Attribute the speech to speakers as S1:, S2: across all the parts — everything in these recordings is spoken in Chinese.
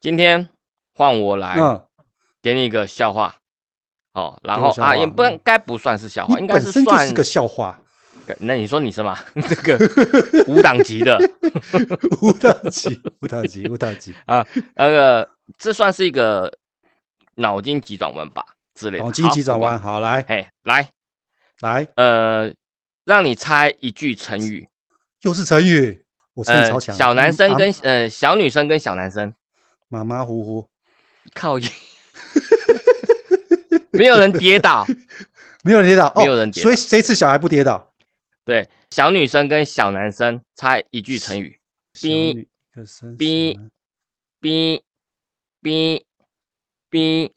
S1: 今天换我来
S2: 嗯，
S1: 给你一个笑话，哦，然
S2: 给我
S1: 后
S2: 笑
S1: 啊，
S2: 话嗯
S1: 也不能该不算是笑话，应
S2: 你
S1: 该
S2: 本身就
S1: 算
S2: 是个 笑话，
S1: 那你说你什么？ 这个五档级的，
S2: 无大吉，无大吉，无大吉。
S1: 那个这算是一个脑筋急转弯吧之类的。
S2: 脑筋急转弯，
S1: 好，
S2: 好来
S1: 哎，来，
S2: 来，
S1: 呃，让你猜一句成语，
S2: 又是成语，我猜你超
S1: 呃，
S2: 强。
S1: 小男生
S2: 嗯
S1: 跟呃小女生跟小男生
S2: 马马虎虎，
S1: 靠近， 没有人跌倒，
S2: 没有人跌倒，
S1: 没有人跌
S2: 哦，所以这次小孩不跌倒。
S1: 对，小女生跟小男生猜一句成语，
S2: 小
S1: 哔
S2: 女跟生
S1: 哔
S2: 小男
S1: 哔哔哔，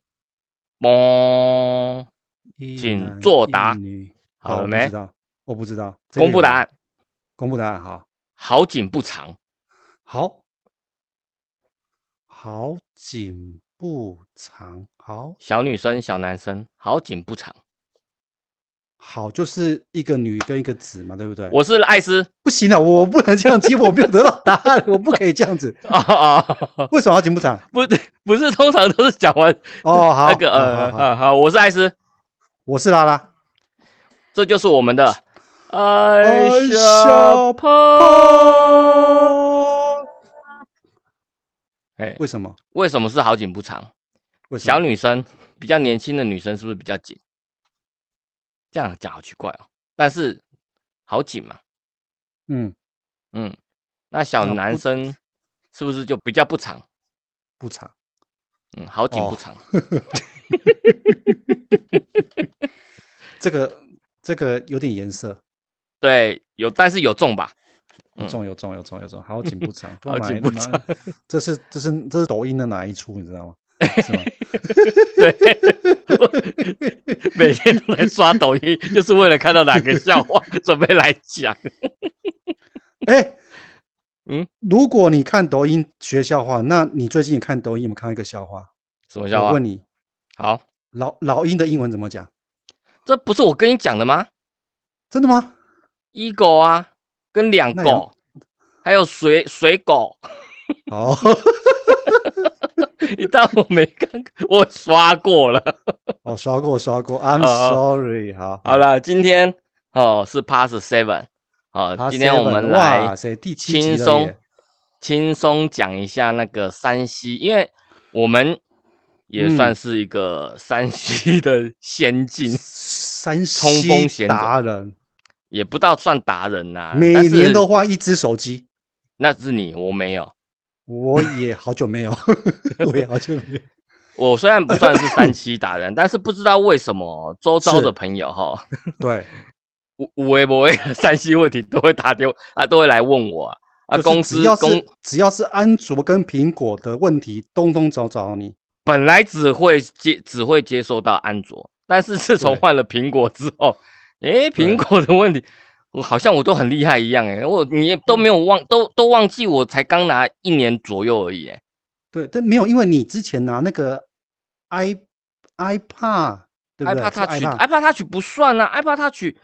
S1: 嘣，
S2: 一
S1: 请
S2: 男
S1: 作
S2: 一
S1: 答
S2: 女
S1: 好
S2: 好
S1: 了
S2: 我不
S1: 没
S2: 知？道，我不知道。这个
S1: 公布
S2: 有
S1: 答案，
S2: 公布答案，好，
S1: 好景不长，
S2: 好，好景不长，好
S1: 小女生小男生，好景不长。
S2: 好就是一个女跟一个子嘛，对不对？
S1: 我是艾斯，
S2: 不行了，我不能这样接，我没有得到答案，我不可以这样子。
S1: 啊啊，
S2: 为什么要景不长？
S1: 不对，不是，通常都是讲完
S2: 哦，好，
S1: 那个
S2: 好
S1: 呃
S2: 好好
S1: 呃好，我是艾斯，
S2: 我是拉拉。
S1: 这就是我们的哎爱
S2: 哎小
S1: 胖。哎，
S2: 为什么？
S1: 为什么是好景不长？
S2: 为什
S1: 小
S2: 么？
S1: 女生比较年轻的女生是不是比较紧？这样讲好奇怪哦。但是好紧嘛，
S2: 嗯，
S1: 嗯，那小
S2: 那不
S1: 男生是不是就比较不长？
S2: 不长。
S1: 嗯，好景不
S2: 哦
S1: 长。
S2: 这个这个有点颜
S1: 嗯
S2: 色，
S1: 对，有但是有中吧？
S2: 有
S1: 嗯
S2: 中有中有中有中，好景不长，
S1: 好景不长
S2: 哪一。哪 这是这是这是抖音的哪一出，你知道吗？是吗？
S1: 对，我每天都来刷抖音， 就是为了看到哪个笑话 准备来讲。
S2: 哎，
S1: 嗯，
S2: 如果你看抖音学笑话，那你最近看抖音有没有看到一个笑话？
S1: 什么笑
S2: 我
S1: 话
S2: 问？你，
S1: 好，
S2: 老老鹰的英文怎么讲？
S1: 这不是我跟你讲的吗？
S2: 真 的吗？
S1: 一狗啊，跟两
S2: 那两
S1: 狗，还有水水狗。
S2: 哦，
S1: 你当我没看过，我刷过了。
S2: 我刷过刷过，I'm
S1: 哦
S2: sorry，好，
S1: 好了，今天哦是 Pass Seven，好、
S2: 好，
S1: 今天我
S2: seven，
S1: 们
S2: 哇
S1: 来
S2: 塞，第七集
S1: 轻
S2: 了
S1: 松
S2: 耶
S1: 轻松讲一下那个山西，因为我们也
S2: 嗯
S1: 算是一个山西的先进，
S2: 山
S1: 冲锋
S2: 西
S1: 陷阵
S2: 达人，
S1: 也不到算达人呐、但
S2: 每
S1: 是
S2: 年都换一只手机，
S1: 那是你，我没有。
S2: 我也好久没有， 我也好久没有。
S1: 我虽然不算是山西达 人，但是不知道为什么周遭
S2: 是
S1: 的朋友哈，
S2: 对，
S1: 我我不会山西问题都会打电话啊，都会来问我啊。啊，
S2: 就是
S1: 公
S2: 只
S1: 司
S2: 要
S1: 公
S2: 是只要是安卓跟苹果的问题，通通找找你。
S1: 本来只会接只会接收到安卓，但是自从
S2: 对
S1: 换了苹果之后，诶，苹
S2: 对
S1: 果的问题，我好像我都很厉害一样、诶，我你也都没有
S2: 嗯
S1: 忘，都都忘记我才刚拿一年左右而已、诶，
S2: 对，但没有，因为你之前拿那个 i iPad，对不对
S1: iPad
S2: 是
S1: Touch，iPad Touch 不算啊，iPad Touch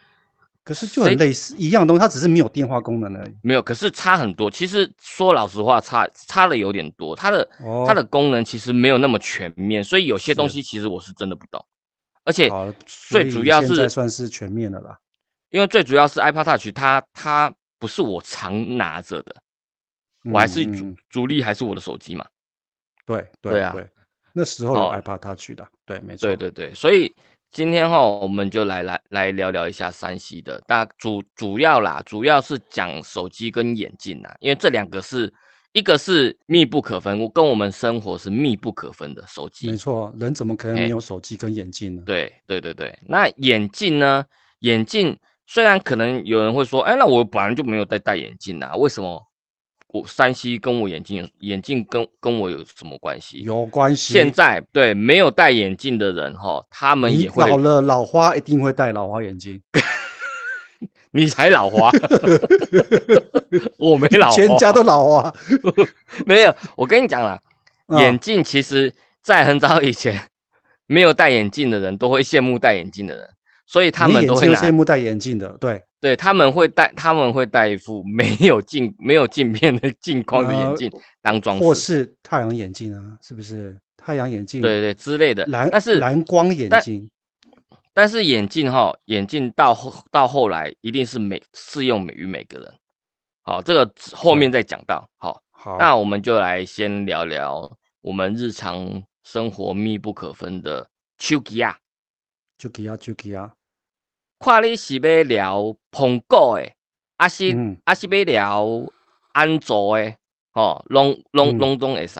S2: 可是就很
S1: 谁
S2: 类似一样东西，它只是没有电话功能而已。
S1: 没有，可是差很多。其实说老实话，差差的有点多，它的、
S2: 哦
S1: 它的功能其实没有那么全面，所以有些东
S2: 是哦
S1: 西其实我是真的不懂，而且
S2: 好了，所
S1: 最
S2: 以
S1: 主要
S2: 现在
S1: 是
S2: 算是全面的啦。
S1: 因为最主要是 iPad Touch 它它不是我常拿着的，我还是
S2: 嗯
S1: 主、
S2: 嗯嗯
S1: 主力还是我的手机嘛。
S2: 对对
S1: 对啊
S2: 对，那时候有
S1: 哦
S2: iPad Touch 的，对，没错。
S1: 对对对，所以今天哈，我们就来来来聊聊一下山西的，大主主要啦，主要是讲手机跟眼镜啦，因为这两个是一个是密不可分，我跟我们生活是密不可分的手
S2: 没
S1: 机。
S2: 错，人怎么可能
S1: 哎
S2: 没有手机跟眼镜呢？
S1: 对对对对，那眼镜呢？眼镜虽然可能有人会说，哎，那我本来就没有戴戴眼镜啊，为什么我山西跟我眼镜有眼镜跟跟我有什么关系？
S2: 有关系。
S1: 现在对没有戴眼镜的人哈，他们
S2: 嗯你
S1: 也会
S2: 老了，老花一定会戴老花眼镜。
S1: 你才老 花，我没老花，
S2: 全家都老花。
S1: 没有。我跟你讲啦，
S2: 嗯
S1: 眼镜其实，在很早以前，没有戴眼镜的人都会羡慕戴眼镜的人，所以他
S2: 你
S1: 们
S2: 眼
S1: 都会
S2: 睛
S1: 拿
S2: 羡慕戴眼镜的，对，
S1: 对，他们会戴，他们会戴一副没有镜、没有镜片的镜框的眼
S2: 呃
S1: 镜当装
S2: 或
S1: 饰，
S2: 是太阳眼镜啊，是不是？太阳眼镜，
S1: 对对之类的。
S2: 蓝，
S1: 但是
S2: 蓝光眼
S1: 但
S2: 镜，
S1: 但是眼镜哈，眼镜到后到后来一定是每适用每于每个人。好，这个后
S2: 对
S1: 面再讲到。好，
S2: 好，
S1: 那我们就来先聊聊我们日常生活密不可分的手机啊。
S2: 就给啊，就给啊，
S1: 看你是要聊苹果的，还是、
S2: 嗯
S1: 还是要聊安卓的，吼，拢拢
S2: 嗯
S1: 拢拢会使。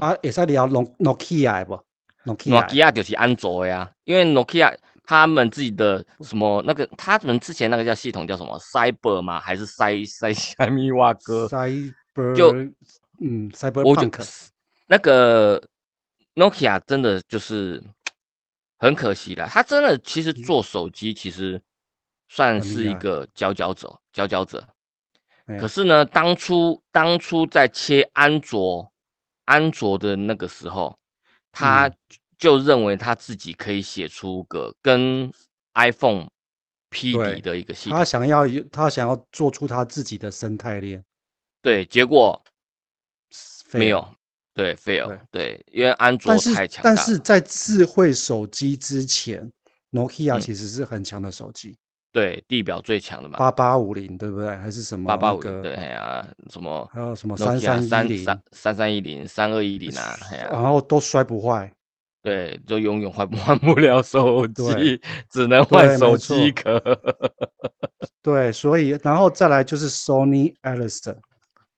S2: 啊，会使聊诺诺基亚不？诺基
S1: 诺
S2: 亚
S1: 基，亚就是安卓的啊，因为诺基亚他们自己的什么那个，他们之前那个叫系统叫什么 Cyber 吗？还是 Cy Cy 虾米哇哥？
S2: cyber
S1: 就
S2: 嗯
S1: 我就
S2: ，cyberpunk
S1: 那个 Nokia 真的就是很可惜了，他真的其实做手机其实算
S2: 嗯很厉
S1: 是一
S2: 害
S1: 个佼佼者，佼佼者。
S2: 哎呀
S1: 可是呢，当初当初在切安卓安卓的那个时候，他
S2: 嗯
S1: 就认为他自己可以写出个跟 iPhone 匹敌
S2: 对
S1: 的一个系统
S2: 他。想要有他想要做出他自己的生态链，
S1: 对，结果没
S2: 废了
S1: 有，对 fail，对，因为安卓
S2: 但是
S1: 太强大
S2: 但
S1: 了。
S2: 是在智慧手机之前，Nokia
S1: 嗯
S2: 其实是很强的手机，
S1: 对，地表最强的嘛，
S2: 八八五零对不对？还是什么
S1: 八八五
S2: 那个
S1: 对，哎呀，什么
S2: 还有什么
S1: Nokia 三
S2: 3310
S1: 三三三一零、三二一零啊，哎呀，
S2: 然后都摔不坏，
S1: 对，就永远换不 换不了手
S2: 对
S1: 机，只能换
S2: 对
S1: 手
S2: 没
S1: 机壳。
S2: 对，所以然后再来就是 Sony Ericsson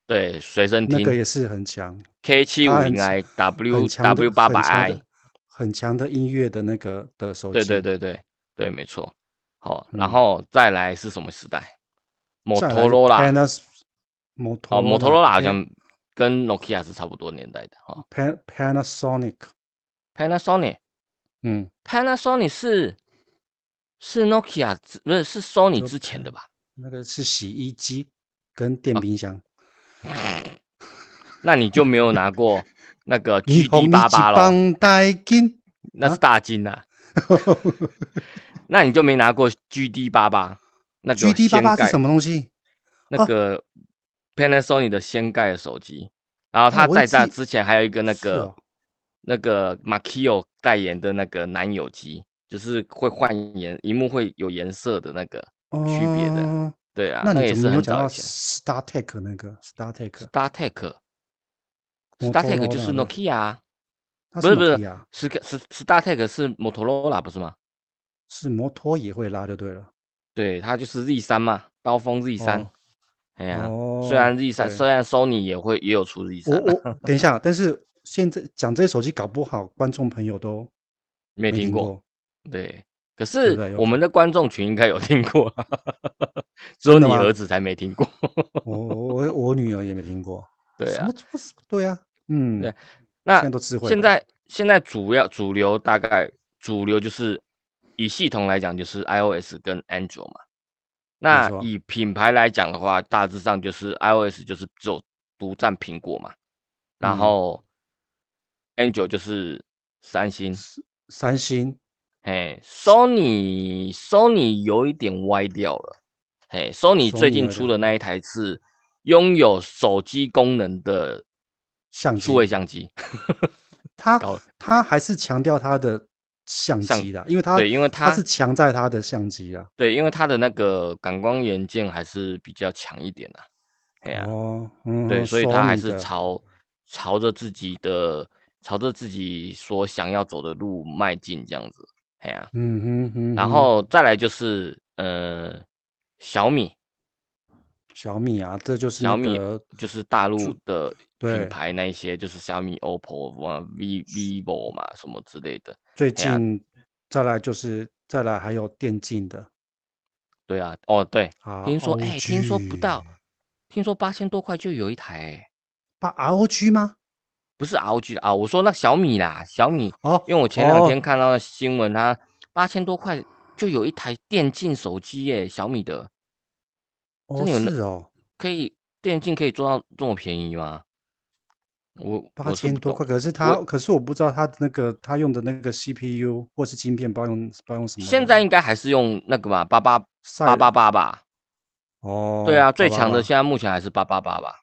S1: 对，随身
S2: 那个
S1: 听
S2: 也是很强，
S1: K 七五
S2: 它很
S1: 零 I
S2: 很
S1: W
S2: 强的
S1: W 八百
S2: 很强
S1: I，
S2: 的很强的音乐的那个的手
S1: 对
S2: 机，
S1: 对对对对，没错。好，然
S2: 嗯
S1: 后再来是什么时代？摩
S2: 再来
S1: 托
S2: 就
S1: 罗拉，
S2: Panas 摩托
S1: 哦，摩托罗拉好
S2: Pan-
S1: 像跟 Nokia 是差不多年代的哈。
S2: Pan- Panasonic，
S1: Panasonic。
S2: 嗯，
S1: Panasonic 是是 Nokia 之不是是 Sony
S2: 就
S1: 之前的吧？
S2: 那个是洗衣机跟电
S1: 哦
S2: 冰箱。
S1: 那你就没有拿过那个
S2: 你
S1: GD 八八了，
S2: 帮带金，
S1: 那是大金
S2: 啊
S1: 呐、 那你就没拿过 GD 八八那个
S2: GD 八
S1: 掀
S2: 八是
S1: 盖
S2: 什么东西？
S1: 那
S2: 啊
S1: 个 Panasonic 的掀盖的手机，然后
S2: 啊
S1: 他
S2: 我一
S1: 在那
S2: 直
S1: 之前还有一个那
S2: 是
S1: 个、
S2: 哦
S1: 那个 Makio 代言的那个男友机，就是会换颜，荧幕会有颜色的那个，区别的
S2: 哦
S1: 对啊，
S2: 那你
S1: 也
S2: 怎
S1: 是
S2: 么没有
S1: 很
S2: 讲
S1: 早
S2: 到
S1: 以前。
S2: StarTech 那个 StarTech？
S1: StarTech。
S2: 摩
S1: StarTech
S2: 托
S1: 就是
S2: 罗拉的
S1: Nokia，啊
S2: 它
S1: 不是不
S2: 摩
S1: 是
S2: 托呀，
S1: 是个是 StarTech 是 Motorola 不是吗？
S2: 是摩托也会拉就对了。
S1: 对，它就是 Z 三嘛，刀锋 Z 三、
S2: 哦
S1: 哎呀、
S2: 哦，
S1: 虽然 Z 三，
S2: 对
S1: 虽然 Sony 也会也有出 Z
S2: 我
S1: 三、啊，
S2: 我等一下，但是现在讲这些手机搞不好，观众朋友都
S1: 没
S2: 没
S1: 听
S2: 听
S1: 过。对，可
S2: 对
S1: 是
S2: 不对有
S1: 我
S2: 可
S1: 们的观众群应该有听过， 只有
S2: 真的
S1: 你
S2: 吗
S1: 儿子才没听过。
S2: 我我哦我我女儿也没听过。
S1: 对
S2: 什
S1: 啊
S2: 么，什么？对啊，嗯，
S1: 对
S2: 现
S1: 那
S2: 在都智慧了。
S1: 现在现在主要主流大概主流就是以系统来讲就是 iOS 跟 Android 嘛。那
S2: 错
S1: 以品牌来讲的话，大致上就是 iOS 就是只有独占苹果嘛，然
S2: 嗯
S1: 后 Android 就是三星。
S2: 三星
S1: 哎，Sony Sony 有一点歪掉了。哎，Sony 最
S2: Sony
S1: 近
S2: 歪
S1: 出
S2: 掉
S1: 的那一台是拥有手机功能的
S2: 相机
S1: 数，位相机。
S2: 它
S1: 搞
S2: 它还是强调它的相
S1: 相
S2: 机的，因为它
S1: 对，因为
S2: 它
S1: 它
S2: 是强在它的相机啊。
S1: 对，因为它的那个感光元件还是比较强一点的、哎呀、
S2: 哦，嗯
S1: 对，
S2: 哼
S1: 所以它还
S2: Sony
S1: 是
S2: 的
S1: 朝朝着自己的朝着自己所想要走的路迈进这样子。哎呀、
S2: 嗯哼嗯哼，
S1: 然后再来就是呃小米，
S2: 小米啊，这就是
S1: 小
S2: 那
S1: 米
S2: 个
S1: 就是大陆的
S2: 对
S1: 品牌那一些，就是小米、OPPO 啊、V、vivo 嘛什么之类的。
S2: 最
S1: 哎呀
S2: 近再来就是再来还有电竞的
S1: 对啊，哦对，
S2: 啊，
S1: 听说哎、听说不到
S2: ROG，
S1: 听说八千多块就有一台、欸，
S2: 八 ROG 吗？
S1: 不是 ROG 的啊，我说那小米啦，小米，
S2: 哦，
S1: 因为我前两
S2: 哦
S1: 天看到新闻，它八千多块就有一台电竞手机耶、小米的，
S2: 哦
S1: 真的有那
S2: 是哦，
S1: 可以电竞可以做到这么便宜吗？我
S2: 八千多块，，可是它，可是我不知道它的那个它用的那个 CPU 或是晶片包用包用什
S1: 我是不懂
S2: 么的。
S1: 现在应该还是用那个吧，八八
S2: 赛
S1: 八八八吧。
S2: 哦，
S1: 对啊，
S2: 好
S1: 最
S2: 吧
S1: 强的
S2: 好吧
S1: 现在目前还是八八八吧。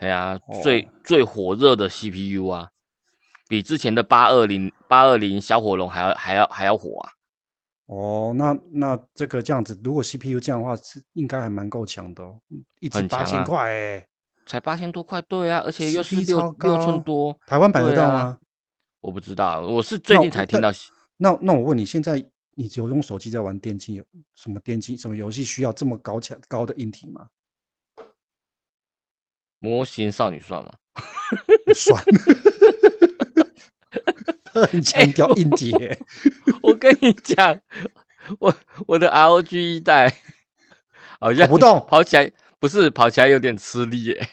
S1: 哎呀、
S2: 哦
S1: 最最火热的 CPU 啊，比之前的八二零八二零小火龙还要还要还要火啊。
S2: 哦，那那这个这样子，如果 CPU 这样的话，是应该还蛮够强的哦，一只
S1: 很
S2: 八
S1: 强
S2: 千
S1: 啊
S2: 块哎，
S1: 才八千多块，对啊，而且又是
S2: CP
S1: 六
S2: 超
S1: 六
S2: 高
S1: 寸多，
S2: 台湾买得
S1: 对
S2: 到
S1: 啊
S2: 吗？
S1: 我不知道，我是最
S2: 那
S1: 近
S2: 我
S1: 才
S2: 但
S1: 听到。
S2: 那那我问你，现在你只有用手机在玩电竞，有什么电竞什么游戏需要这么高强高的硬体吗？
S1: 模型少女算吗？
S2: 不算，他 很
S1: 哎
S2: 强调硬体欸耶、
S1: 我跟你讲，我我的 ROG 一代好像
S2: 不动
S1: 跑起来不是跑起来有点吃力耶、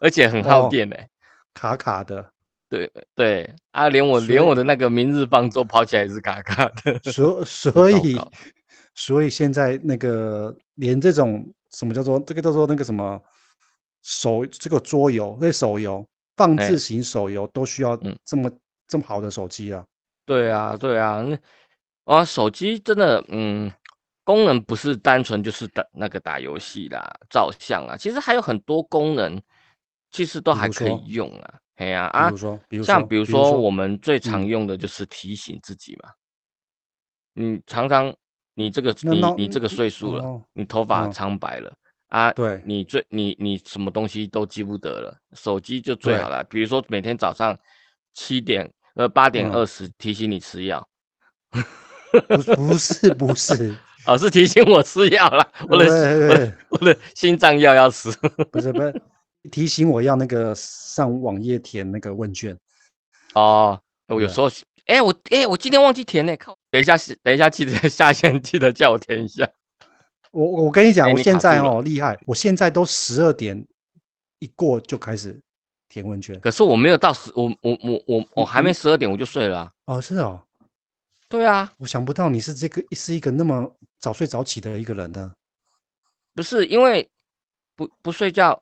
S1: 而且很耗
S2: 哦
S1: 电哎、
S2: 卡卡的，
S1: 对对啊，连我
S2: 所以
S1: 连我的那个明日方舟跑起来也是嘎嘎的。
S2: 所所
S1: 糟
S2: 以
S1: 糕
S2: 所以现在那个连这种什么叫做这个叫做那个什么手这个桌游那手游放
S1: 哎
S2: 置型手游都需要
S1: 嗯
S2: 这么、这么好的手机啊？
S1: 对啊，对啊，那啊，手机真的，嗯，功能不是单纯就是打那个打游戏啦、照相啊，其实还有很多功能，其实都
S2: 比
S1: 还
S2: 如
S1: 可以
S2: 说
S1: 用啊。哎呀
S2: 比
S1: 啊
S2: 如，说，比如
S1: 像
S2: 说
S1: 比如
S2: 比如
S1: 说
S2: 说
S1: 我们最常
S2: 嗯
S1: 用的就是提醒自己嘛，你常常你这个
S2: 那
S1: 你
S2: 那
S1: 你这个岁数了，
S2: 哦
S1: 你头发
S2: 嗯
S1: 苍白了啊，
S2: 对
S1: 你最你你什么东西都记不得了，手机就最
S2: 对
S1: 好了。比如说每天早上七点呃八点
S2: 嗯
S1: 二十提醒你吃药，
S2: 不是不是 不是，
S1: 哦是提醒我吃药啦，我的心
S2: 对
S1: 我 的我的心脏药要吃，
S2: 不是不是提醒我要那个上网页填那个问卷，
S1: 哦，我有
S2: 对
S1: 时候哎、我哎、我今天忘记填呢、靠，等一下等一下记得 下线记得叫我填一下。
S2: 我我跟你讲，
S1: 哎
S2: 我
S1: 你
S2: 现
S1: 卡
S2: 在
S1: 住了
S2: 哦厉害，我现在都十二点一过就开始填问卷。
S1: 可是我没有到十，我我我我我还没
S2: 你
S1: 十二点我就睡了啊、
S2: 哦，是哦，
S1: 对啊，
S2: 我想不到你是这个是一个那么早睡早起的一个人呢。
S1: 不是因为不不睡觉，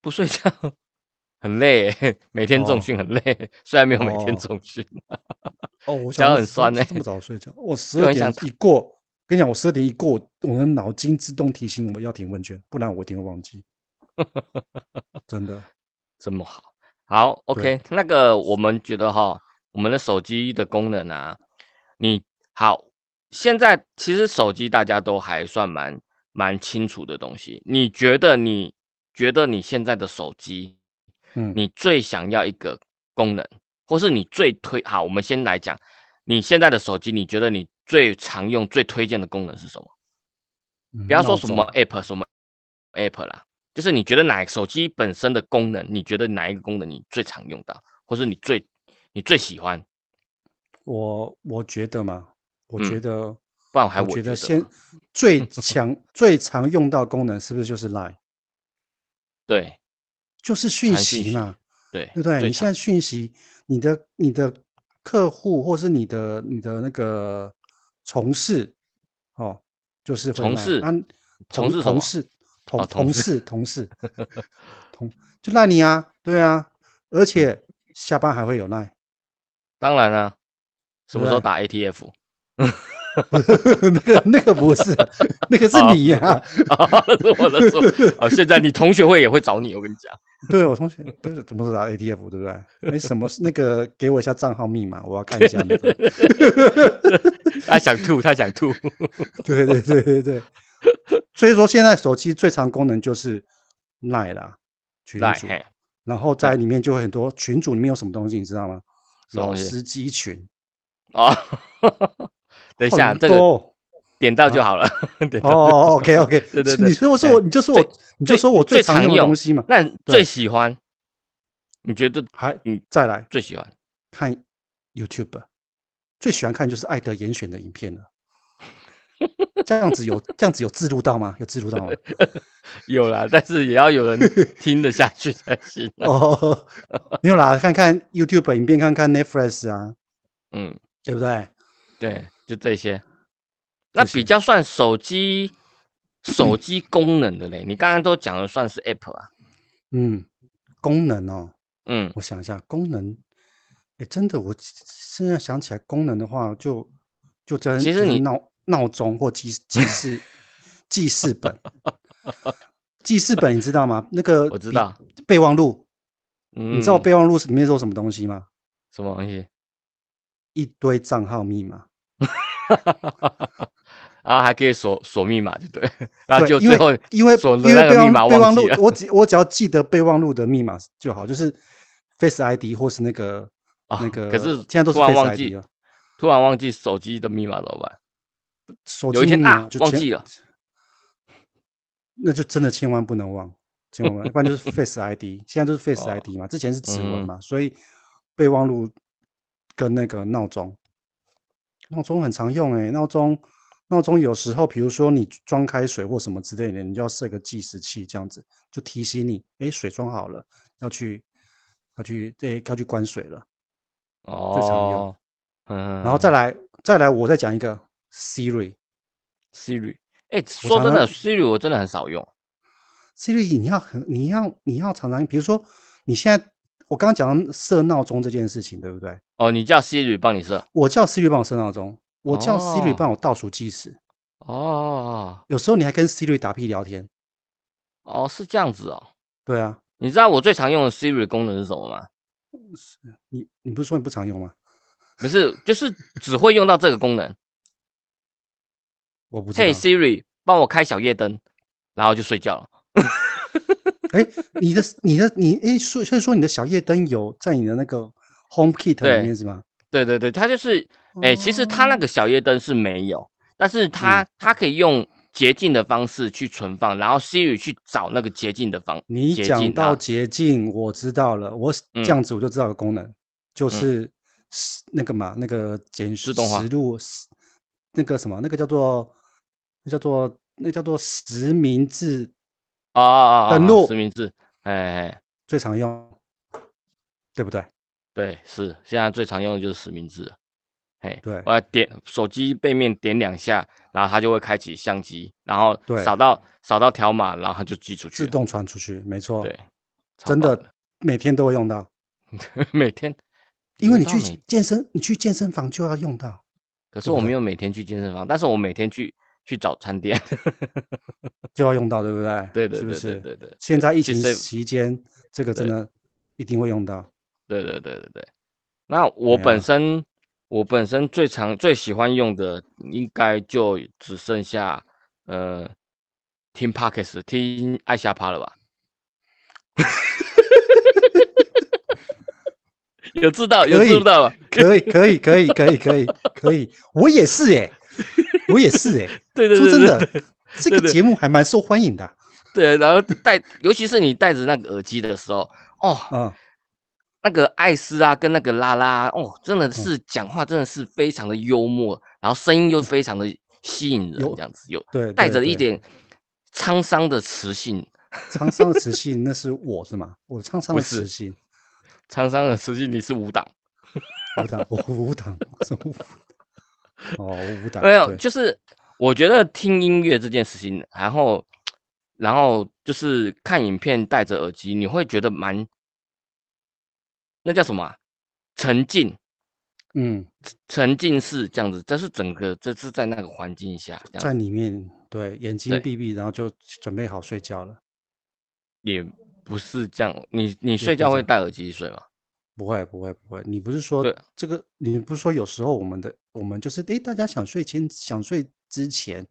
S1: 不睡觉很累 欸，每天重
S2: 哦
S1: 训很累，虽然没有每天
S2: 哦
S1: 重训，
S2: 哦，我
S1: 脚
S2: 想说
S1: 很
S2: 怎么
S1: 酸欸
S2: 这么早睡觉，我十
S1: 就
S2: 二
S1: 很想
S2: 点一过，跟你讲，我十二点一过，我的脑筋自动提醒我要填问卷，不然我一定会忘记。 真的，
S1: 这么好。好，OK，那个我们觉得哈，我们的手机的功能啊，你好，现在其实手机大家都还算蛮蛮清楚的东西。你觉得你觉得你现在的手机
S2: 嗯，
S1: 你最想要一个功能，或是你最推好，我们先来讲你现在的手机，你觉得你最常用、最推荐的功能是什么？
S2: 嗯
S1: 不要说
S2: 闹
S1: 什
S2: 钟啊
S1: 么 app 什么 app 啦，就是你觉得哪手机本身的功能，你觉得哪一个功能你最常用到，或是你最你最喜欢？
S2: 我我觉得嘛，我
S1: 嗯
S2: 觉得，
S1: 不然我还
S2: 我
S1: 我
S2: 觉
S1: 觉
S2: 得
S1: 得
S2: 先
S1: 嘛
S2: 最强最常用到功能是不是就是 Line，
S1: 对
S2: 就是讯
S1: 传讯
S2: 息
S1: 息
S2: 嘛，
S1: 对
S2: 对不对？
S1: 最
S2: 你现
S1: 常
S2: 在讯息，你的你的客户或是你的你的那个从事，哦，就是会
S1: 从
S2: Line
S1: 事
S2: 啊，
S1: 从事什
S2: 同
S1: 么
S2: 事同
S1: 哦同
S2: 同
S1: 事
S2: 事同事同就赖你啊，对啊，而且下班还会有赖，
S1: 当然啦、什么时候
S2: 对
S1: 打 ATF？
S2: 那个那个不是，那个
S1: 哦
S2: 是你呀、啊
S1: 那 是我的错啊！现在你同学会也会找你，我跟你讲。
S2: 对我同学都是怎么是打 ATF 对不对？没什么，那个给我一下账号密码，我要看一下那个。
S1: 他想吐，他想 吐。
S2: 对对对对对。所以说现在手机最常功能就是 Line 啦，群
S1: 来，
S2: 组，
S1: 嘿，嗯
S2: 然后在里面就会很多群组里面有什么东西，你知道吗？
S1: 什么
S2: 老
S1: 东西
S2: 司机群，
S1: 哦，等一下，
S2: 很
S1: 这个
S2: 多
S1: 点到就好了。 点
S2: 哦
S1: 到
S2: 哦哦，OK OK，
S1: 对对对
S2: 你说我说我，你就说我，你就
S1: 最
S2: 说我
S1: 最
S2: 最常
S1: 常
S2: 用的
S1: 用
S2: 东西嘛，
S1: 那你
S2: 对
S1: 最喜欢？你觉得
S2: 还
S1: 嗯
S2: 再来
S1: 最喜欢？
S2: 看 YouTube，最喜欢看就是艾德严选的影片了。这样子有这样子有自录到吗？有自录到吗？
S1: 有啦，但是也要有 人听得下去才行啊。
S2: 哦， 没有啦，看看 YouTube 影片，看看 Netflix 啊，
S1: 嗯，
S2: 对不对？
S1: 对，就这些。那
S2: 这
S1: 比
S2: 些
S1: 较算手 机手机功能的嘞，你刚刚都讲的算是 App 啊。
S2: 嗯，功能哦，
S1: 嗯
S2: 我想一下功能，哎，真的，我现在想起来功能的话就，就真
S1: 其实
S2: 就是
S1: 你
S2: 闹闹钟或记记事记事 本，记事本你知道吗？那个
S1: 我知
S2: 笔
S1: 道
S2: 备忘录，
S1: 嗯，
S2: 你知道备忘录里面有什么东西吗？
S1: 什么东西？
S2: 一堆账号密码。
S1: 然后还可以锁锁密码，对不对？然后
S2: 对，
S1: 就
S2: 因
S1: 最
S2: 为
S1: 后
S2: 因为
S1: 锁的
S2: 因为
S1: 那
S2: 备
S1: 个
S2: 忘
S1: 密码
S2: 备
S1: 忘
S2: 忘
S1: 记
S2: 录
S1: 了，
S2: 我只我只要记得备忘录的密码就好，就是 Face ID 或是那个、
S1: 啊
S2: 那个，
S1: 可是
S2: 现在都是
S1: 突然
S2: Face
S1: 忘记
S2: ID 了，
S1: 突然忘记手机的密码怎么办？
S2: 手
S1: 有
S2: 机
S1: 一天
S2: 密
S1: 啊
S2: 码就
S1: 忘
S2: 千
S1: 记了，
S2: 那就真的千万不能忘，千万不能，不然 就是 Face ID，现在都是 Face
S1: 哦
S2: ID 嘛，之前是指纹
S1: 嗯
S2: 嘛，所以备忘录跟那个闹钟，闹钟很常用诶、闹钟闹钟有时候，比如说你装开水或什么之类的，你就要设个计时器，这样子就提醒你，诶、水装好了，要去要去对、要去关水了，常用
S1: 哦，嗯，
S2: 然后再来再来，我再讲一个 Siri。
S1: Siri，哎、
S2: 我
S1: 说
S2: 常
S1: 真的
S2: 常
S1: ，Siri 我真的很少用，
S2: Siri 你要很，你要你要常常，比如说你现在我刚刚讲到设闹钟这件事情，对不对？
S1: 哦，你叫 Siri 帮你设，
S2: 我叫 Siri 帮我设闹钟，我叫 Siri
S1: 哦
S2: 帮我倒数计时，
S1: 哦
S2: 有时候你还跟 Siri 打屁聊天，
S1: 哦，是这样子哦。
S2: 对啊，
S1: 你知道我最常用的 Siri 功能是什么吗？
S2: 你你不是说你不常用吗？
S1: 不是，就是只会用到这个功能。
S2: 我不知
S1: Hey
S2: 道，
S1: Siri，帮我开小夜灯，然后就睡觉了。
S2: 哎，你的你的你哎，所以所以说你的小夜灯有在你的那个 Home Kit
S1: 对
S2: 里面是吗？
S1: 对对对，它就是，哎、其实它那
S2: 哦
S1: 个小夜灯是没有，但是它、
S2: 嗯
S1: 它可以用捷径的方式去存放，然后 Siri 去找那个捷径的方
S2: 你
S1: 捷
S2: 讲
S1: 径
S2: 到
S1: 啊，
S2: 捷径，我知道了。我是
S1: 嗯
S2: 这样子我就知道个功能，就
S1: 嗯
S2: 是是那个嘛，那个简
S1: 自动化
S2: 实录，那个什么，那个叫做那叫做那叫做实名制
S1: 哦哦哦
S2: 登
S1: 哦，
S2: 录
S1: 实名制，哎、哎哎
S2: 最常用，对不对？
S1: 对，是现在最常用的就是实名制了，嘿，
S2: 对
S1: 我要点手机背面点两下，然后它就会开启相机，然后
S2: 对
S1: 扫到扫到条码，然后它就寄出去
S2: 自
S1: 了，
S2: 动传出去，没错，
S1: 对，超
S2: 真
S1: 棒
S2: 的每天都会用到，
S1: 的 每天，
S2: 因为
S1: 不
S2: 你
S1: 到每
S2: 去健身，你去健身房就要用到。
S1: 可是
S2: 对不
S1: 我
S2: 对
S1: 没有每天去健身房，但是我每天去去早餐店。
S2: 就要用到，对不对？
S1: 对对
S2: 是不
S1: 对对
S2: 是？
S1: 对对
S2: 现
S1: 对
S2: 在疫
S1: 去
S2: 情
S1: save-
S2: 期间，这个真
S1: 对
S2: 的一定会用到。
S1: 对对对对对。那我
S2: 哎
S1: 本
S2: 呀
S1: 身、我本身最常最喜欢用的，应该就只剩下呃听 Pockets 听爱瞎趴了吧？ 有知道有
S2: 可
S1: 知
S2: 以
S1: 道吧？
S2: 可以，可以，可以，可以，可以，可以，我也是 哎、我也是哎、
S1: 对对
S2: 说
S1: 对
S2: 真
S1: 对
S2: 的
S1: 对，
S2: 这
S1: 对
S2: 个
S1: 对
S2: 节目还蛮受欢迎的啊
S1: 对，然后戴，尤其是你戴着那个耳机的时候，哦，
S2: 嗯。
S1: 那个艾斯啊，跟那个拉拉啊哦，真
S2: 嗯
S1: 的是讲话真的是非常的幽默，然后声音又非常的吸引人，
S2: 嗯有
S1: 这样子有
S2: 对，
S1: 带
S2: 对
S1: 着一
S2: 对
S1: 点沧桑的磁性，
S2: 沧桑的磁性，那是我是吗？ 我沧桑
S1: 不
S2: 的
S1: 是
S2: 磁性，
S1: 沧桑的磁性，你是舞蹈
S2: 舞蹈，我舞蹈，我是舞蹈。哦，我舞蹈，
S1: 没有，
S2: 对
S1: 就是我觉得听音乐这件事情，然后然后就是看影片戴着耳机，你会觉得蛮那叫什么啊、沉浸
S2: 嗯，
S1: 沉浸式这样子，这是整个这是在那个环境下这样子
S2: 在里面，对，眼睛
S1: 对
S2: 闭闭，然后就准备好睡觉了。
S1: 也不是这样，你你睡
S2: 不
S1: 觉
S2: 是
S1: 会
S2: 这
S1: 戴耳机睡吗？
S2: 不会不会不会，你不是说
S1: 对
S2: 这个？你不是说有时候我们的我们就是诶，大家想睡前想睡 之前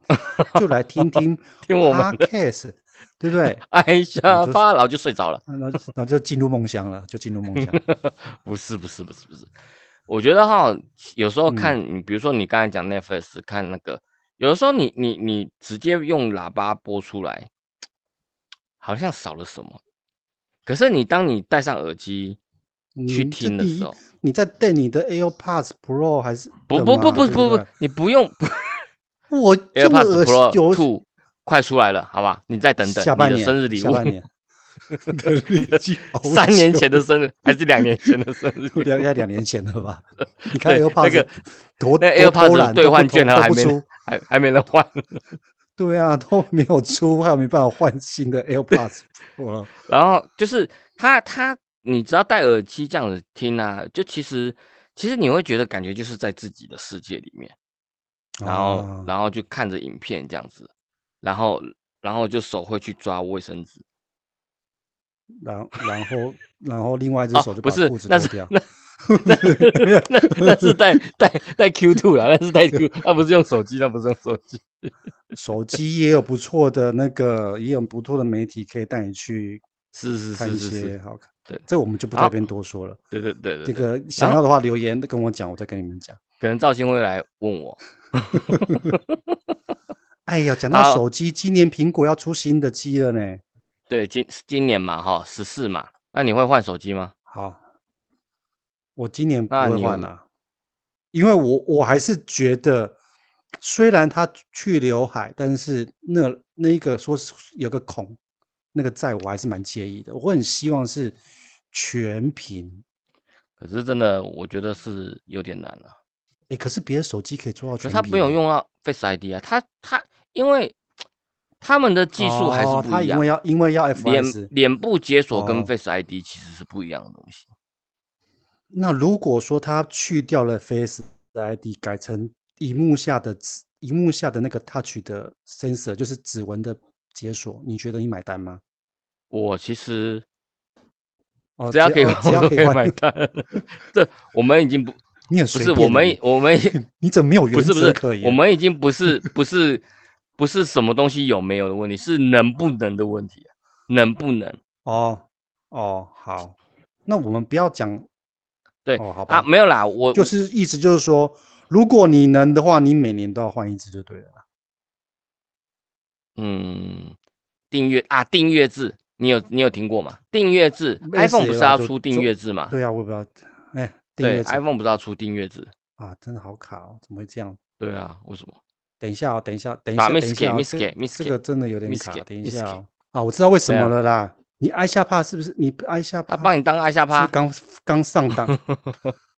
S2: 就来听听
S1: 听我们的
S2: podcast，对不对？
S1: 哎呀，
S2: 就是
S1: 发然后就睡着了。
S2: 然后就然后就进入梦乡了，就进入梦乡。
S1: 不是不是不是不是，我觉得哈，有时候
S2: 嗯
S1: 看你，比如说你刚才讲 Netflix 看那个，有的时候你你你直接用喇叭播出来，好像少了什么。可是你当你戴上耳机 去
S2: 你嗯这
S1: 听的
S2: 第
S1: 时
S2: 一
S1: 候，，
S2: 你在带你的 AirPods Pro 还是
S1: 不
S2: 的
S1: 不不
S2: 嘛
S1: 不
S2: 对
S1: 不
S2: 对
S1: 不，你不 用
S2: 我这么
S1: AirPods
S2: 恶心
S1: Pro
S2: 有
S1: Two 快出来了，好吧？你再等等，
S2: 下
S1: 你
S2: 半
S1: 的
S2: 年
S1: 生日礼
S2: 下
S1: 物
S2: 半年 的日记 好
S1: 三年
S2: 久？
S1: 前的生日还是两年前的生日
S2: 两要两年前了吧？ 你看
S1: 对，那
S2: AirPods
S1: 个
S2: 多
S1: 那
S2: 多偷
S1: AirPods
S2: 懒
S1: 的兑
S2: 都不
S1: 换
S2: 偷
S1: 券
S2: 都
S1: 呢还
S2: 不
S1: 没
S2: 出
S1: 还还没人换，
S2: 对啊，都没有出，还有没办法换新的 AirPods Pro 了。
S1: 然后就是它它你只要戴耳机这样子听啊，就其实其实你会觉得感觉就是在自己的世界里面，然后、
S2: 啊
S1: 然后就看着影片这样子，然后然后就手会去抓卫生纸，
S2: 然然后然后另外一只
S1: 哦
S2: 手就
S1: 不
S2: 把
S1: 是
S2: 裤子
S1: 那
S2: 脱
S1: 是
S2: 掉，
S1: 那 那那是带带带 Q two 啦，那是带 Q，那不是用手机，那不是用手机。
S2: 手机也有不错的那个，也有不错的媒体可以带你去
S1: 是是
S2: 看一
S1: 是是
S2: 些
S1: 是，
S2: 好看。
S1: 对
S2: 这我们就不在
S1: 好
S2: 这边多说了。
S1: 对对对对，
S2: 这
S1: 对
S2: 个想
S1: 后
S2: 要的话留言跟我讲，我再跟你们讲。
S1: 可能赵鑫会来问我，
S2: 哎呀，讲到
S1: 好
S2: 手机，今年苹果要出新的机了呢。
S1: 对今今年嘛哈十四嘛，那你会换手机吗？
S2: 好，我今年不
S1: 那
S2: 会
S1: 你
S2: 换
S1: 有
S2: 了、因为我我还是觉得，虽然它去刘海，但是那那一个说是有个孔，那个在我还是蛮介意的。我很希望是全屏，
S1: 可是真的我觉得是有点难了、
S2: 哎，可是别的手机可以做到
S1: 可
S2: 全
S1: 是
S2: 屏
S1: 他
S2: 啊，
S1: 不用用到 Face ID 啊，他他因为他们的技术还是
S2: 哦
S1: 不
S2: 它
S1: 一
S2: 因
S1: 样
S2: 为，要因为要
S1: 脸
S2: FS。
S1: 脸部解锁
S2: 哦
S1: 跟 Face ID 其实是不一样的东西。
S2: 那如果说它去掉了 Face ID，改成荧幕下的指荧幕下的那个 Touch 的 sensor，就是指纹的解锁，你觉得你买单吗？
S1: 我其实
S2: 哦，
S1: 只要可以
S2: 哦
S1: 换，
S2: 只
S1: 我
S2: 要
S1: 都
S2: 可
S1: 可以
S2: 换
S1: 买，单。 这我们已经不
S2: 你很
S1: 不
S2: 随
S1: 是我
S2: 便欸
S1: 们
S2: 你
S1: 我们
S2: 你怎么没有原
S1: 不是不
S2: 则
S1: 是
S2: 可言？啊
S1: 我们已经不 是不是不是什么东西有没有的问题，是能不能的问题啊，能不能？
S2: 哦哦好，那我们不要讲
S1: 对
S2: 哦，好吧，
S1: 啊，没有啦，我
S2: 就
S1: 我
S2: 是意思就是说，如果你能的话，你每年都要换一只就对了啦。
S1: 嗯，订阅啊，订阅制，你有你有听过吗？订阅制，iPhone 不是
S2: SLR
S1: 要
S2: 就
S1: 出订
S2: 就
S1: 阅制吗？
S2: 对啊，我也不知道，哎，订
S1: 对
S2: 阅制
S1: ，iPhone 不是要出订阅制？
S2: 啊，真的好卡哦，怎么会这样？
S1: 对啊，为什么？
S2: 等一下哦，等一下，等一
S1: 把
S2: 下，等一
S1: 啊 miss 给
S2: 下哦，
S1: miss
S2: 这
S1: 给 miss
S2: 这
S1: 给
S2: 个真的有点
S1: miss
S2: 卡
S1: 给，
S2: 等一
S1: miss
S2: 下
S1: 给
S2: 哦啊，我知道为什
S1: 对
S2: 么
S1: 啊
S2: 了啦，你按下帕是不是？你按下
S1: 他
S2: 帕
S1: 帮你当爱下
S2: 是
S1: 趴，
S2: 刚刚上 档，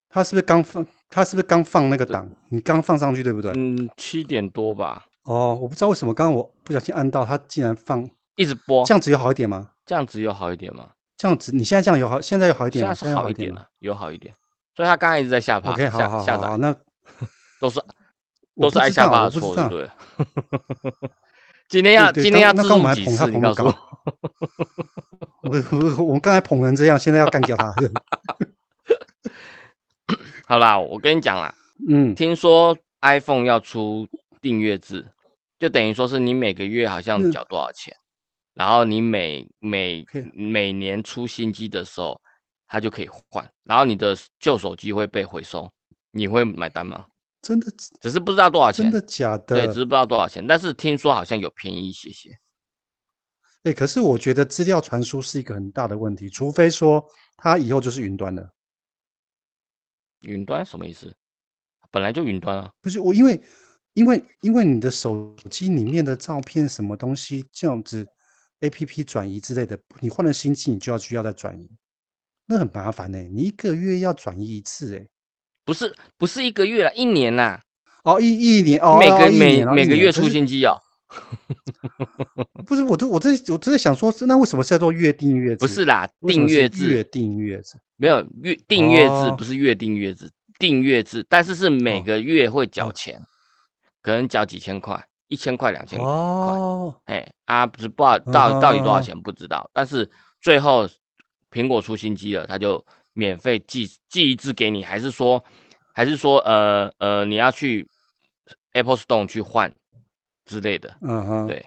S2: 他是不是刚放？他是不是刚放那个档？你刚放上去对不对？
S1: 嗯，七点多吧，
S2: 哦，我不知道为什么刚刚我不小心按到，它竟然放
S1: 一直播，
S2: 这样子有好一点吗？
S1: 这样子有好一点吗？
S2: 这样子你现在这样有好，现在有好一
S1: 现
S2: 点吗？
S1: 在
S2: 现
S1: 是
S2: 在有
S1: 好
S2: 好
S1: 一
S2: 点
S1: 点
S2: 吗
S1: 了，有好一点。所以他刚才一直在下趴
S2: ？OK，好
S1: 下
S2: 好
S1: 下
S2: 好
S1: 载
S2: 好，，那
S1: 都是
S2: 我
S1: 都
S2: 不
S1: 是爱
S2: 知
S1: 下
S2: 道
S1: 巴
S2: 我
S1: 的
S2: 不知
S1: 错，对
S2: 道
S1: 不对？ 今天要
S2: 对对
S1: 今天
S2: 刚
S1: 要
S2: 那
S1: 自
S2: 刚我
S1: 入
S2: 们还
S1: 几
S2: 捧他
S1: 次？你
S2: 捧
S1: 告
S2: 得
S1: 诉我
S2: 高， 我我我们刚才捧成这样，现在要干掉他。
S1: 好啦，我跟你讲啦，
S2: 嗯，
S1: 听说 iPhone 要出订阅制，就等于说是你每个月好像
S2: 嗯
S1: 缴多少钱，然后你每每
S2: 可以
S1: 每年出新机的时候，它就可以换，然后你的旧手机会被回收，你会买单吗？
S2: 真的
S1: 只是不知道多少钱
S2: 真，的假的？
S1: 对，只是不知道多少钱，但是听说好像有便宜一些些。
S2: 对，哎可是我觉得资料传输是一个很大的问题，除非说它以后就是云端的。
S1: 云端什么意思？本来就云端啊，
S2: 不是我，因为因为因为你的手机里面的照片什么东西这样子，A P P 转移之类的，你换了新机，你就要需要再转移，那很麻烦呢、你一个月要转移一次哎、
S1: 不是不是一个月啦，一年啦，
S2: 哦，一一年哦，
S1: 每
S2: 哦
S1: 个
S2: 一
S1: 每
S2: 年哦
S1: 每
S2: 一
S1: 个
S2: 年
S1: 月
S2: 可
S1: 出
S2: 是
S1: 新机哦，
S2: 不是我都我这我真的想说，那为什么是要做月订阅制？
S1: 不是啦，
S2: 为什
S1: 订
S2: 么是
S1: 阅制
S2: 月订阅制
S1: 没有月订阅制，
S2: 哦
S1: 不是月订阅制，订阅制，但是是每
S2: 哦
S1: 个月会缴
S2: 哦
S1: 钱，可能缴几千块，一千块、两千块，
S2: 哦，
S1: 哎啊，不是不知道到到底多少
S2: 嗯
S1: 钱不知道，但是最后苹果出新机了，它就免费寄寄一支给你，还是说还是说呃呃你要去 Apple Store 去换之类的，
S2: 嗯哼，
S1: 对，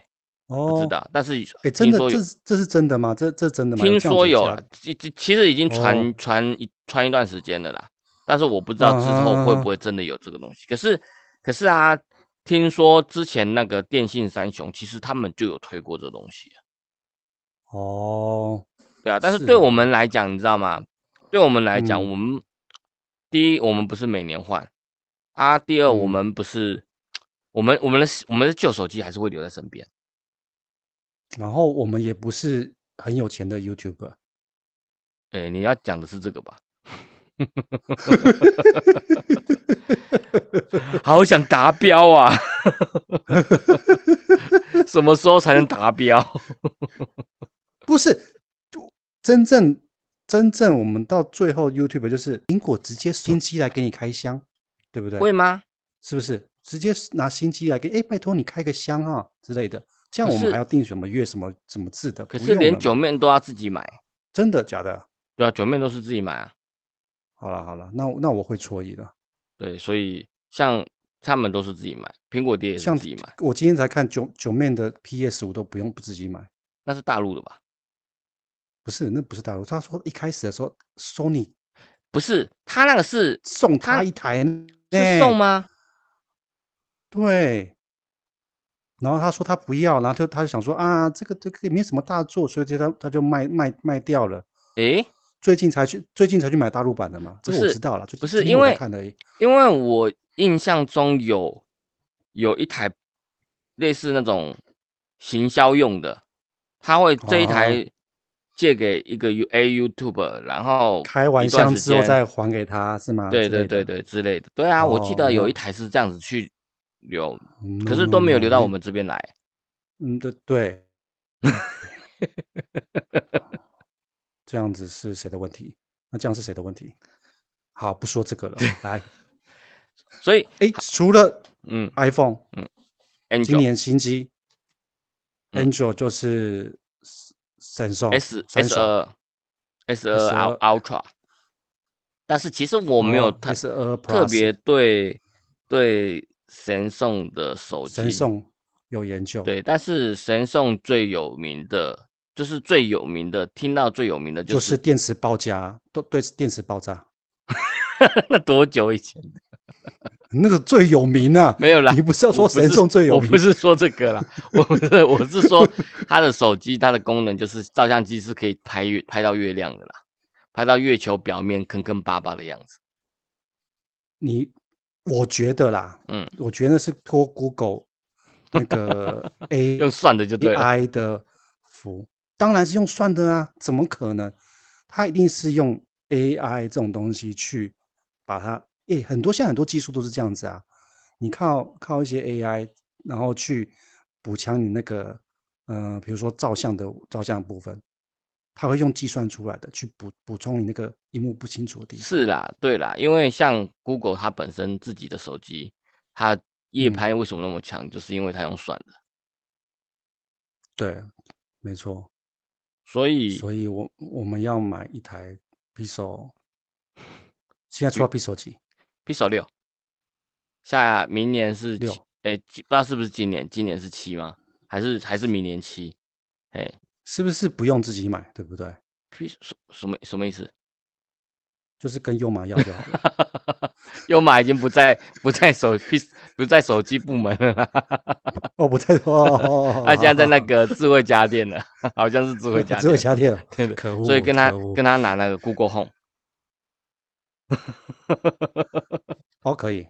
S2: 哦，
S1: 不知道，但是
S2: 哎，真
S1: 听
S2: 的，
S1: 说有
S2: 这是这是真的吗？这这真的吗？
S1: 听
S2: 这样
S1: 说
S2: 子
S1: 有啊
S2: 下
S1: 了，其其其实已经传、
S2: 哦
S1: 传一传一段时间了啦，但是我不知道之后会
S2: 啊
S1: 不会真的有这个东西。可是可是啊，听说之前那个电信三雄其实他们就有推过这东西，啊
S2: 哦，
S1: 对啊。但是
S2: 是
S1: 对
S2: 哦
S1: 我们来讲，你知道吗？对我们来讲，
S2: 嗯
S1: 我们第一我们不是每年换啊，第二我
S2: 嗯
S1: 们不是我们我们的我们的旧手机还是会留在身边。
S2: 然后我们也不是很有钱的 YouTuber，
S1: 哎，你要讲的是这个吧？ 好想达标啊！ 什么时候才能达标？
S2: 不是就真正真正我们到最后 YouTube 就是苹果直接新机来给你开箱，对不对？
S1: 会吗？
S2: 是不是？直接拿新机来给，哎，拜托你开个箱啊之类的，这样我
S1: 可
S2: 们
S1: 是
S2: 还要定什么月什么什么字的？
S1: 可
S2: 不
S1: 是
S2: 用了
S1: 连
S2: 嘛
S1: 九面都要自己买，
S2: 真的假的？
S1: 对啊，九面都是自己买啊。
S2: 好了好了，那我那我会错意了。
S1: 对，所以像他们都是自己买，苹果爹也是
S2: 像
S1: 自己买，
S2: 我今天才看九九面的 PS 五都不用不自己买，
S1: 那是大陆的吧？
S2: 不是那不是大陆，他说一开始的时候 Sony
S1: 不是，他那个是
S2: 送
S1: 他
S2: 他一台
S1: 是
S2: 呢，
S1: 送吗？
S2: 对。然后他说他不要，然后就他就想说啊，这个这个也没什么大作，所以就他他就卖卖卖掉了。
S1: 诶、
S2: 最近才去最近才去买大陆版的嘛，这
S1: 不
S2: 个我
S1: 是
S2: 知道了，就
S1: 不
S2: 今
S1: 是
S2: 天
S1: 因
S2: 我才
S1: 为
S2: 看而已。
S1: 因为我印象中有有一台类似那种行销用的，他会这一
S2: 哦
S1: 台借给一个 U A YouTuber，然后
S2: 开完
S1: 一段
S2: 箱
S1: 时
S2: 之后
S1: 间
S2: 再还给他是吗？
S1: 对
S2: 之
S1: 对
S2: 类的
S1: 对，对之类的，对啊，我记
S2: 哦
S1: 得有
S2: 那
S1: 一台是这样子去留，
S2: 嗯
S1: 可
S2: no,
S1: 是
S2: no,
S1: 都没有
S2: no，
S1: 留到
S2: 那
S1: 我们这边来。
S2: 嗯，对 对，这样子是谁的问题？那这样是谁的问题？好，不说这个了。来，
S1: 所以，
S2: 哎，除了
S1: 嗯
S2: iPhone，今
S1: Angel
S2: 年新机
S1: 嗯呃
S2: ，Angel 就是 s- Samsung
S1: S
S2: 哦三
S1: S
S2: 手，
S1: 二 S 二 Ultra，但是其实我没有太
S2: S 二
S1: 特别对对神送的手机，
S2: 神送有研究，
S1: 对，但是神送最有名的，就是最有名的，听到最有名的
S2: 就
S1: 就是
S2: 电池爆炸，都对电池爆炸，
S1: 那多久以前？
S2: 那个最有名啊。
S1: 没有啦，
S2: 你不是要说
S1: 我不
S2: 神
S1: 是
S2: 送最有
S1: 我
S2: 名
S1: 不？是说这个啦，我不是，我是说它的手机，它的功能就是照相机是可以拍月拍到月亮的啦，拍到月球表面坑坑巴巴的样子。
S2: 你，我觉得啦，
S1: 嗯，
S2: 我觉得是 托 Google 那个 A
S1: 用算的就对了，
S2: AI 的服，当然是用算的啊，怎么可能？它一定是用 AI 这种东西去把它，诶、很多现在很多技术都是这样子啊，你靠靠一些 AI，然后去补强你那个，呃，比如说照相的照相部分，它会用计算出来的去补补充你那个荧幕不清楚的地方。
S1: 是啦，对啦，因为像 Google 它本身自己的手机，它夜
S2: 嗯
S1: 拍为什么那么强，就是因为它用算的，
S2: 对，没错。
S1: 所以
S2: 所以我我们要买一台 Pixel，现在
S1: 嗯
S2: 出到 Pixel 几？
S1: Pixel 六，下明年是
S2: 六
S1: 七，哎、不知道是不是今年？今年是七吗？还是还是明年七？哎、
S2: 是不是不用自己买，对不对？
S1: P 什什么什么意思？
S2: 就是跟优玛要就好 了。
S1: 优马已经不在不在手 P 不在手机部门了啦，
S2: 哦，不太哦，
S1: 他现在在那
S2: 好
S1: 个智慧家电了，好像是智 慧
S2: 好
S1: 家电，
S2: 好只有家哦电了，
S1: 对对
S2: 可恶！
S1: 所以跟他
S2: 可恶
S1: 跟他拿那个 Google Home。
S2: 哦，可以，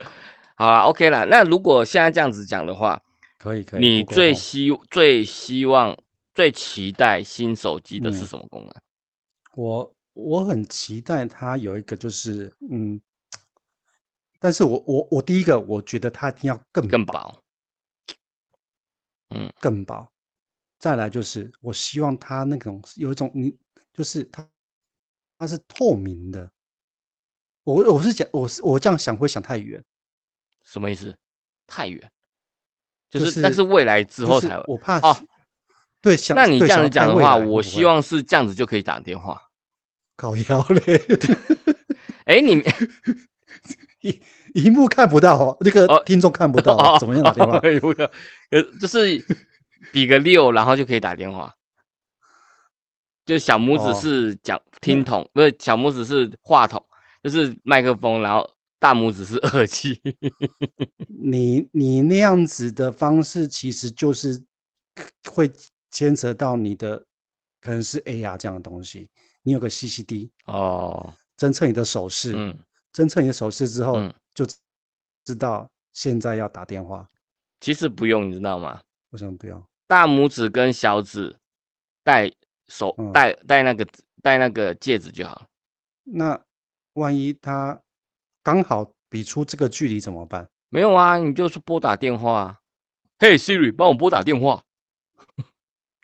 S1: 好啦 o k 啦。那如果现在这样子讲的话，
S2: 可以，哦可以。
S1: 你
S2: Google
S1: 最
S2: Home
S1: 希最希望最期待新手机的是
S2: 嗯
S1: 什么功能？
S2: 我我很期待它有一个就是嗯，但是我我我第一个我觉得它一定要更
S1: 更薄，
S2: 更薄。再来就是，我希望它那种有一种你，就是它它是透明的。我我是讲，我是我这样想会想太远，
S1: 什么意思？太远，就
S2: 就是
S1: 但
S2: 是
S1: 是未来之
S2: 就
S1: 后
S2: 是
S1: 才会。
S2: 我怕
S1: 哦
S2: 是对，想
S1: 那你这
S2: 对想
S1: 样
S2: 要
S1: 子讲
S2: 看
S1: 的
S2: 未
S1: 话，
S2: 来
S1: 我
S2: 会不
S1: 希
S2: 会
S1: 望是这样子就可以打电话。
S2: 搞摇嘞，
S1: 哎、你
S2: 荧幕看不到哦，那个
S1: 哦
S2: 听众看 不到哦，
S1: 哦，
S2: 怎 么样打电话？
S1: 哎不要呃，就是比个六，然后就可以打电话。就小拇
S2: 哦
S1: 指是 讲听筒，不是小拇指是话筒，就是麦克风，然后大拇指是耳机。
S2: 你你那样子的方式，其实就是会牵扯到你的可能是 AR 这样的东西，你有个 CCD
S1: 哦，
S2: 侦测你的手势，
S1: 嗯，
S2: 侦测你的手势之后
S1: 嗯，
S2: 就知知道现在要打电话。
S1: 其实不用，你知道吗？
S2: 为什么不要？
S1: 大拇指跟小指戴手
S2: 嗯
S1: 戴戴那个戴那个戒指就好了。
S2: 那万一他刚好比出这个距离怎么办？
S1: 没有啊，你就是拨打电话啊。嘿、Siri，帮我拨打电话。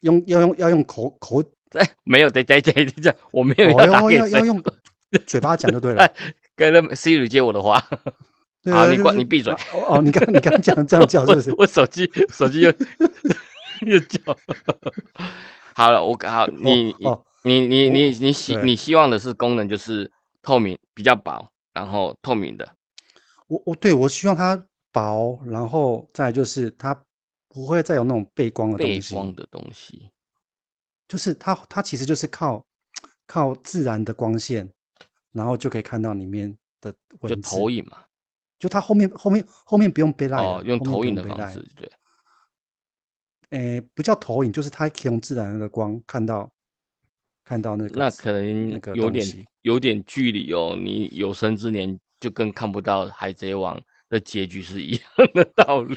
S2: 用要用要用口口
S1: 哎没有，等等等等等，我没有
S2: 哦
S1: 要打
S2: 要
S1: 给
S2: 要
S1: 谁 哎
S2: 要，用嘴巴讲就对了。
S1: 跟那 Siri 接我的话，
S2: 对
S1: 好
S2: 啊
S1: 你
S2: 就
S1: 管
S2: 是
S1: 你闭嘴
S2: 啊哦，你刚你刚讲这样叫是不是
S1: 我？我手机手机又 又叫。 好了，我好 你
S2: 哦哦
S1: 你你你你希
S2: 对
S1: 你希望的是功能就是透明比较薄，然后透明的，
S2: 我我对我希望它薄，然后再来就是它不会再有那种背光的
S1: 背
S2: 东西，
S1: 光的东西。
S2: 就是它它其实就是靠靠自然的光线，然后就可以看到里面的
S1: 就
S2: 文字，
S1: 投影嘛，
S2: 就它后面后面后面不用背 e
S1: 哦，用投影的方，
S2: 后面不
S1: 式
S2: 用，
S1: 对，
S2: 背 light 诶，不叫投影，就是它可以用自然的光看到看到那个
S1: 那
S2: 字
S1: 可能
S2: 那个
S1: 有
S2: 东
S1: 点
S2: 西
S1: 有点距离哦，你有生之年就更看不到《海贼王》的结局是一 样的道理。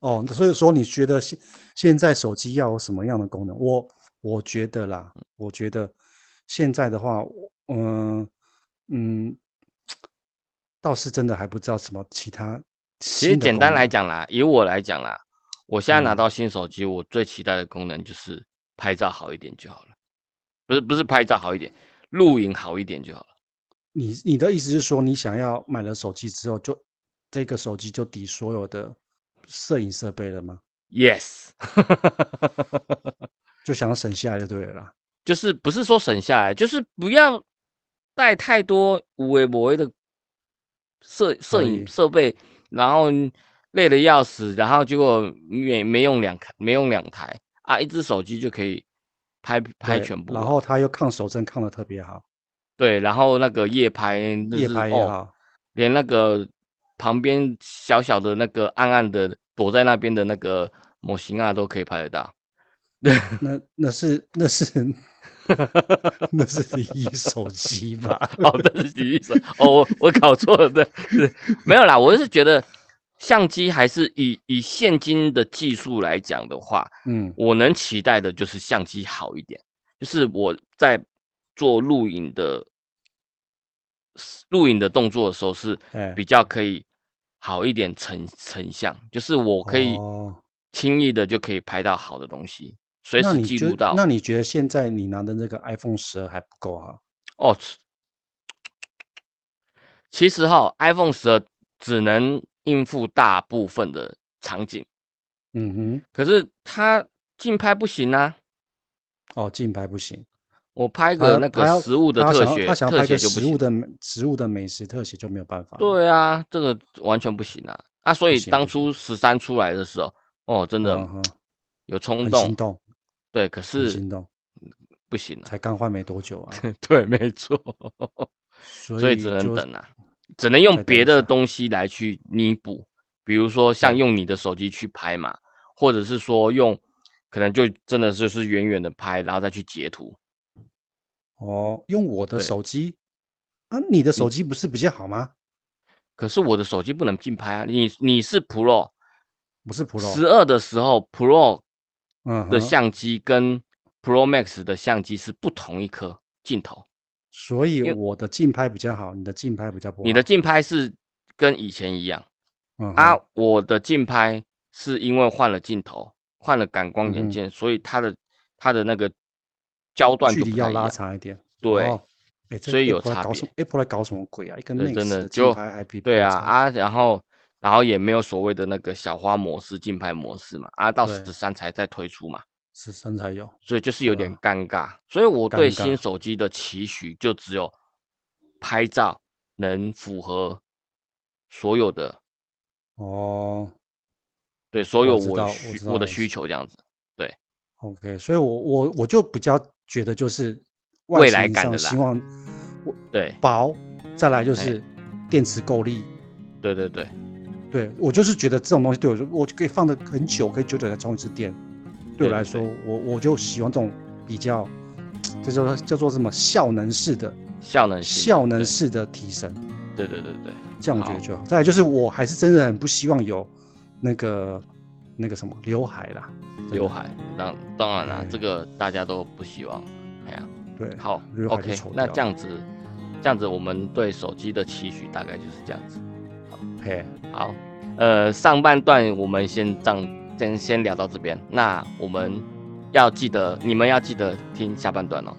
S2: 哦，所以说你觉得现现在手机要有什么样的功能？我我觉得啦，
S1: 嗯
S2: 我觉得现在的话，嗯、嗯，倒是真的还不知道什么其他
S1: 其
S2: 新
S1: 实
S2: 的功能。
S1: 简单来讲啦，以我来讲啦，我现在拿
S2: 嗯
S1: 到新手机，我最期待的功能就是拍照好一点就好了，不是不是拍照好一点，录影好一点就好了。
S2: 你你的意思是说，你想要买了手机之后就，这个手机就抵所有的摄影设备了吗？
S1: Yes，
S2: 就想要省下来就对了啦。
S1: 就是不是说省下来，就是不要带太多无为无为的摄摄
S2: 可
S1: 影
S2: 以
S1: 设备，然后累得要死，然后结果没没用两台，没用两台啊，一只手机就可以拍拍
S2: 对
S1: 全部了。
S2: 然后它又抗手震抗的特别好，
S1: 对，然后那个夜拍就
S2: 夜
S1: 是
S2: 拍也
S1: 哦
S2: 好，
S1: 连那个旁边小小的那个暗暗的躲在那边的那个模型啊，都可以拍得到。
S2: 那那是 那是那是你一手机 吧？
S1: 哦，这是体育生哦，我我搞错了，对，是没有啦，我是觉得相机还是以以现今的技术来讲的话，
S2: 嗯，
S1: 我能期待的就是相机好一点，就是我在做录影的录影的动作的时候是
S2: 哎
S1: 比较可以好一点成成像，就是我可以
S2: 哦
S1: 轻易的就可以拍到好的东西，随
S2: 那
S1: 时
S2: 你
S1: 记
S2: 觉
S1: 录到
S2: 那你觉得现在你拿的那个 iPhone 十二还不够啊？
S1: 哦。其实哈，iPhone 十二只能应付大部分的场景，
S2: 嗯
S1: 可是它竞拍不行啊。
S2: 哼，哦，竞拍不行，
S1: 我拍
S2: 他
S1: 个那
S2: 呃他
S1: 个
S2: 要
S1: 食物的
S2: 他
S1: 特
S2: 想要
S1: 写，
S2: 他想要
S1: 特
S2: 拍
S1: 写
S2: 个
S1: 就不
S2: 食物
S1: 行。
S2: 的美食物的美食特写就没有办法。，
S1: 对啊，这个完全不行啊。啊，所以
S2: 行
S1: 当
S2: 不
S1: 初
S2: 行
S1: 十三出来的时候，哦，真的
S2: 嗯哼，
S1: 有冲
S2: 很
S1: 动
S2: 心，动，
S1: 对，可
S2: 很
S1: 是
S2: 心动，
S1: 不行啊。
S2: 才刚换没多久啊，
S1: 对，没错， 所
S2: 所
S1: 以
S2: 以
S1: 只能
S2: 就
S1: 等啊，只能用
S2: 再等
S1: 别
S2: 一
S1: 的
S2: 下
S1: 东西来去弥补，比如说像
S2: 对
S1: 用你的手机去拍嘛，或者是说用，可能就真的就是远远的拍，然后再去截图。
S2: 哦，用我的
S1: 对嗯
S2: 手机啊，你的手机不是比较好吗？
S1: 可是我的手机不能竞拍啊，你你是 Pro
S2: 不是 Pro，
S1: 十二的时候，Pro
S2: 嗯
S1: 的
S2: 哼
S1: 相机跟 Pro Max 的相机是不同一颗镜头，
S2: 所以
S1: 为
S2: 我的竞拍比较好，你的竞拍比较不好。
S1: 你的竞拍是跟以前一样。
S2: 嗯
S1: 啊
S2: 哼，，
S1: 我的竞拍是因为换了镜头，换了感光
S2: 嗯
S1: 元
S2: 哼
S1: 件，所以它的它的那个焦段
S2: 距
S1: 就不
S2: 离要
S1: 太一
S2: 拉
S1: 样。
S2: 长一点。
S1: 对
S2: 哦，哎，这
S1: 所以有
S2: Apple
S1: 差
S2: 在搞
S1: 别
S2: 什么？Apple 来搞什么鬼啊？一个
S1: 对，真
S2: Max
S1: 的
S2: 的竞
S1: 就
S2: 拍还比
S1: 对
S2: Pro
S1: 啊
S2: 差
S1: 啊，然后然后也没有所谓的那个小花模式、竞拍模式嘛，啊，到
S2: 对
S1: 十三才再推出嘛，
S2: 十三才有。
S1: 所以就是有
S2: 对啊
S1: 点尴尬。所以我对
S2: 尴尬
S1: 新手机的期许就只有拍照能符合所有的
S2: 哦
S1: 对所有
S2: 知
S1: 我
S2: 道我
S1: 需
S2: 知
S1: 我
S2: 道
S1: 的
S2: 我
S1: 需
S2: 知
S1: 求这样子，
S2: ，OK，所以我我我就比较觉得就是外
S1: 未
S2: 形
S1: 来感
S2: 上
S1: 的啦
S2: 希望我
S1: 对
S2: 薄，再来就
S1: 哎
S2: 是电池够力。
S1: 对对对。
S2: 对我就是觉得这种东西对我就，我就可以放的很久，可以久久才充一次电。
S1: 嗯对对
S2: 对我来说，我我就喜欢这种比较，这叫做叫做什么效能式的
S1: 效能性的
S2: 效能式的提升，
S1: 对对对对对，
S2: 这样我觉
S1: 好
S2: 得就好。再来就是，我还是真的很不希望有那个那个什么刘海啦，真的
S1: 刘海，当当然啦、
S2: 哎
S1: 这个大家都不希望。哎呀，
S2: 对，
S1: 好
S2: 刘海就
S1: ，OK，
S2: 丑
S1: 那
S2: 掉
S1: 这样子，这样子我们对手机的期许大概就是这样子。
S2: 嘿，
S1: 好，呃，上半段我们先这样先先聊到这边，那我们要记得你们要记得听下半段哦。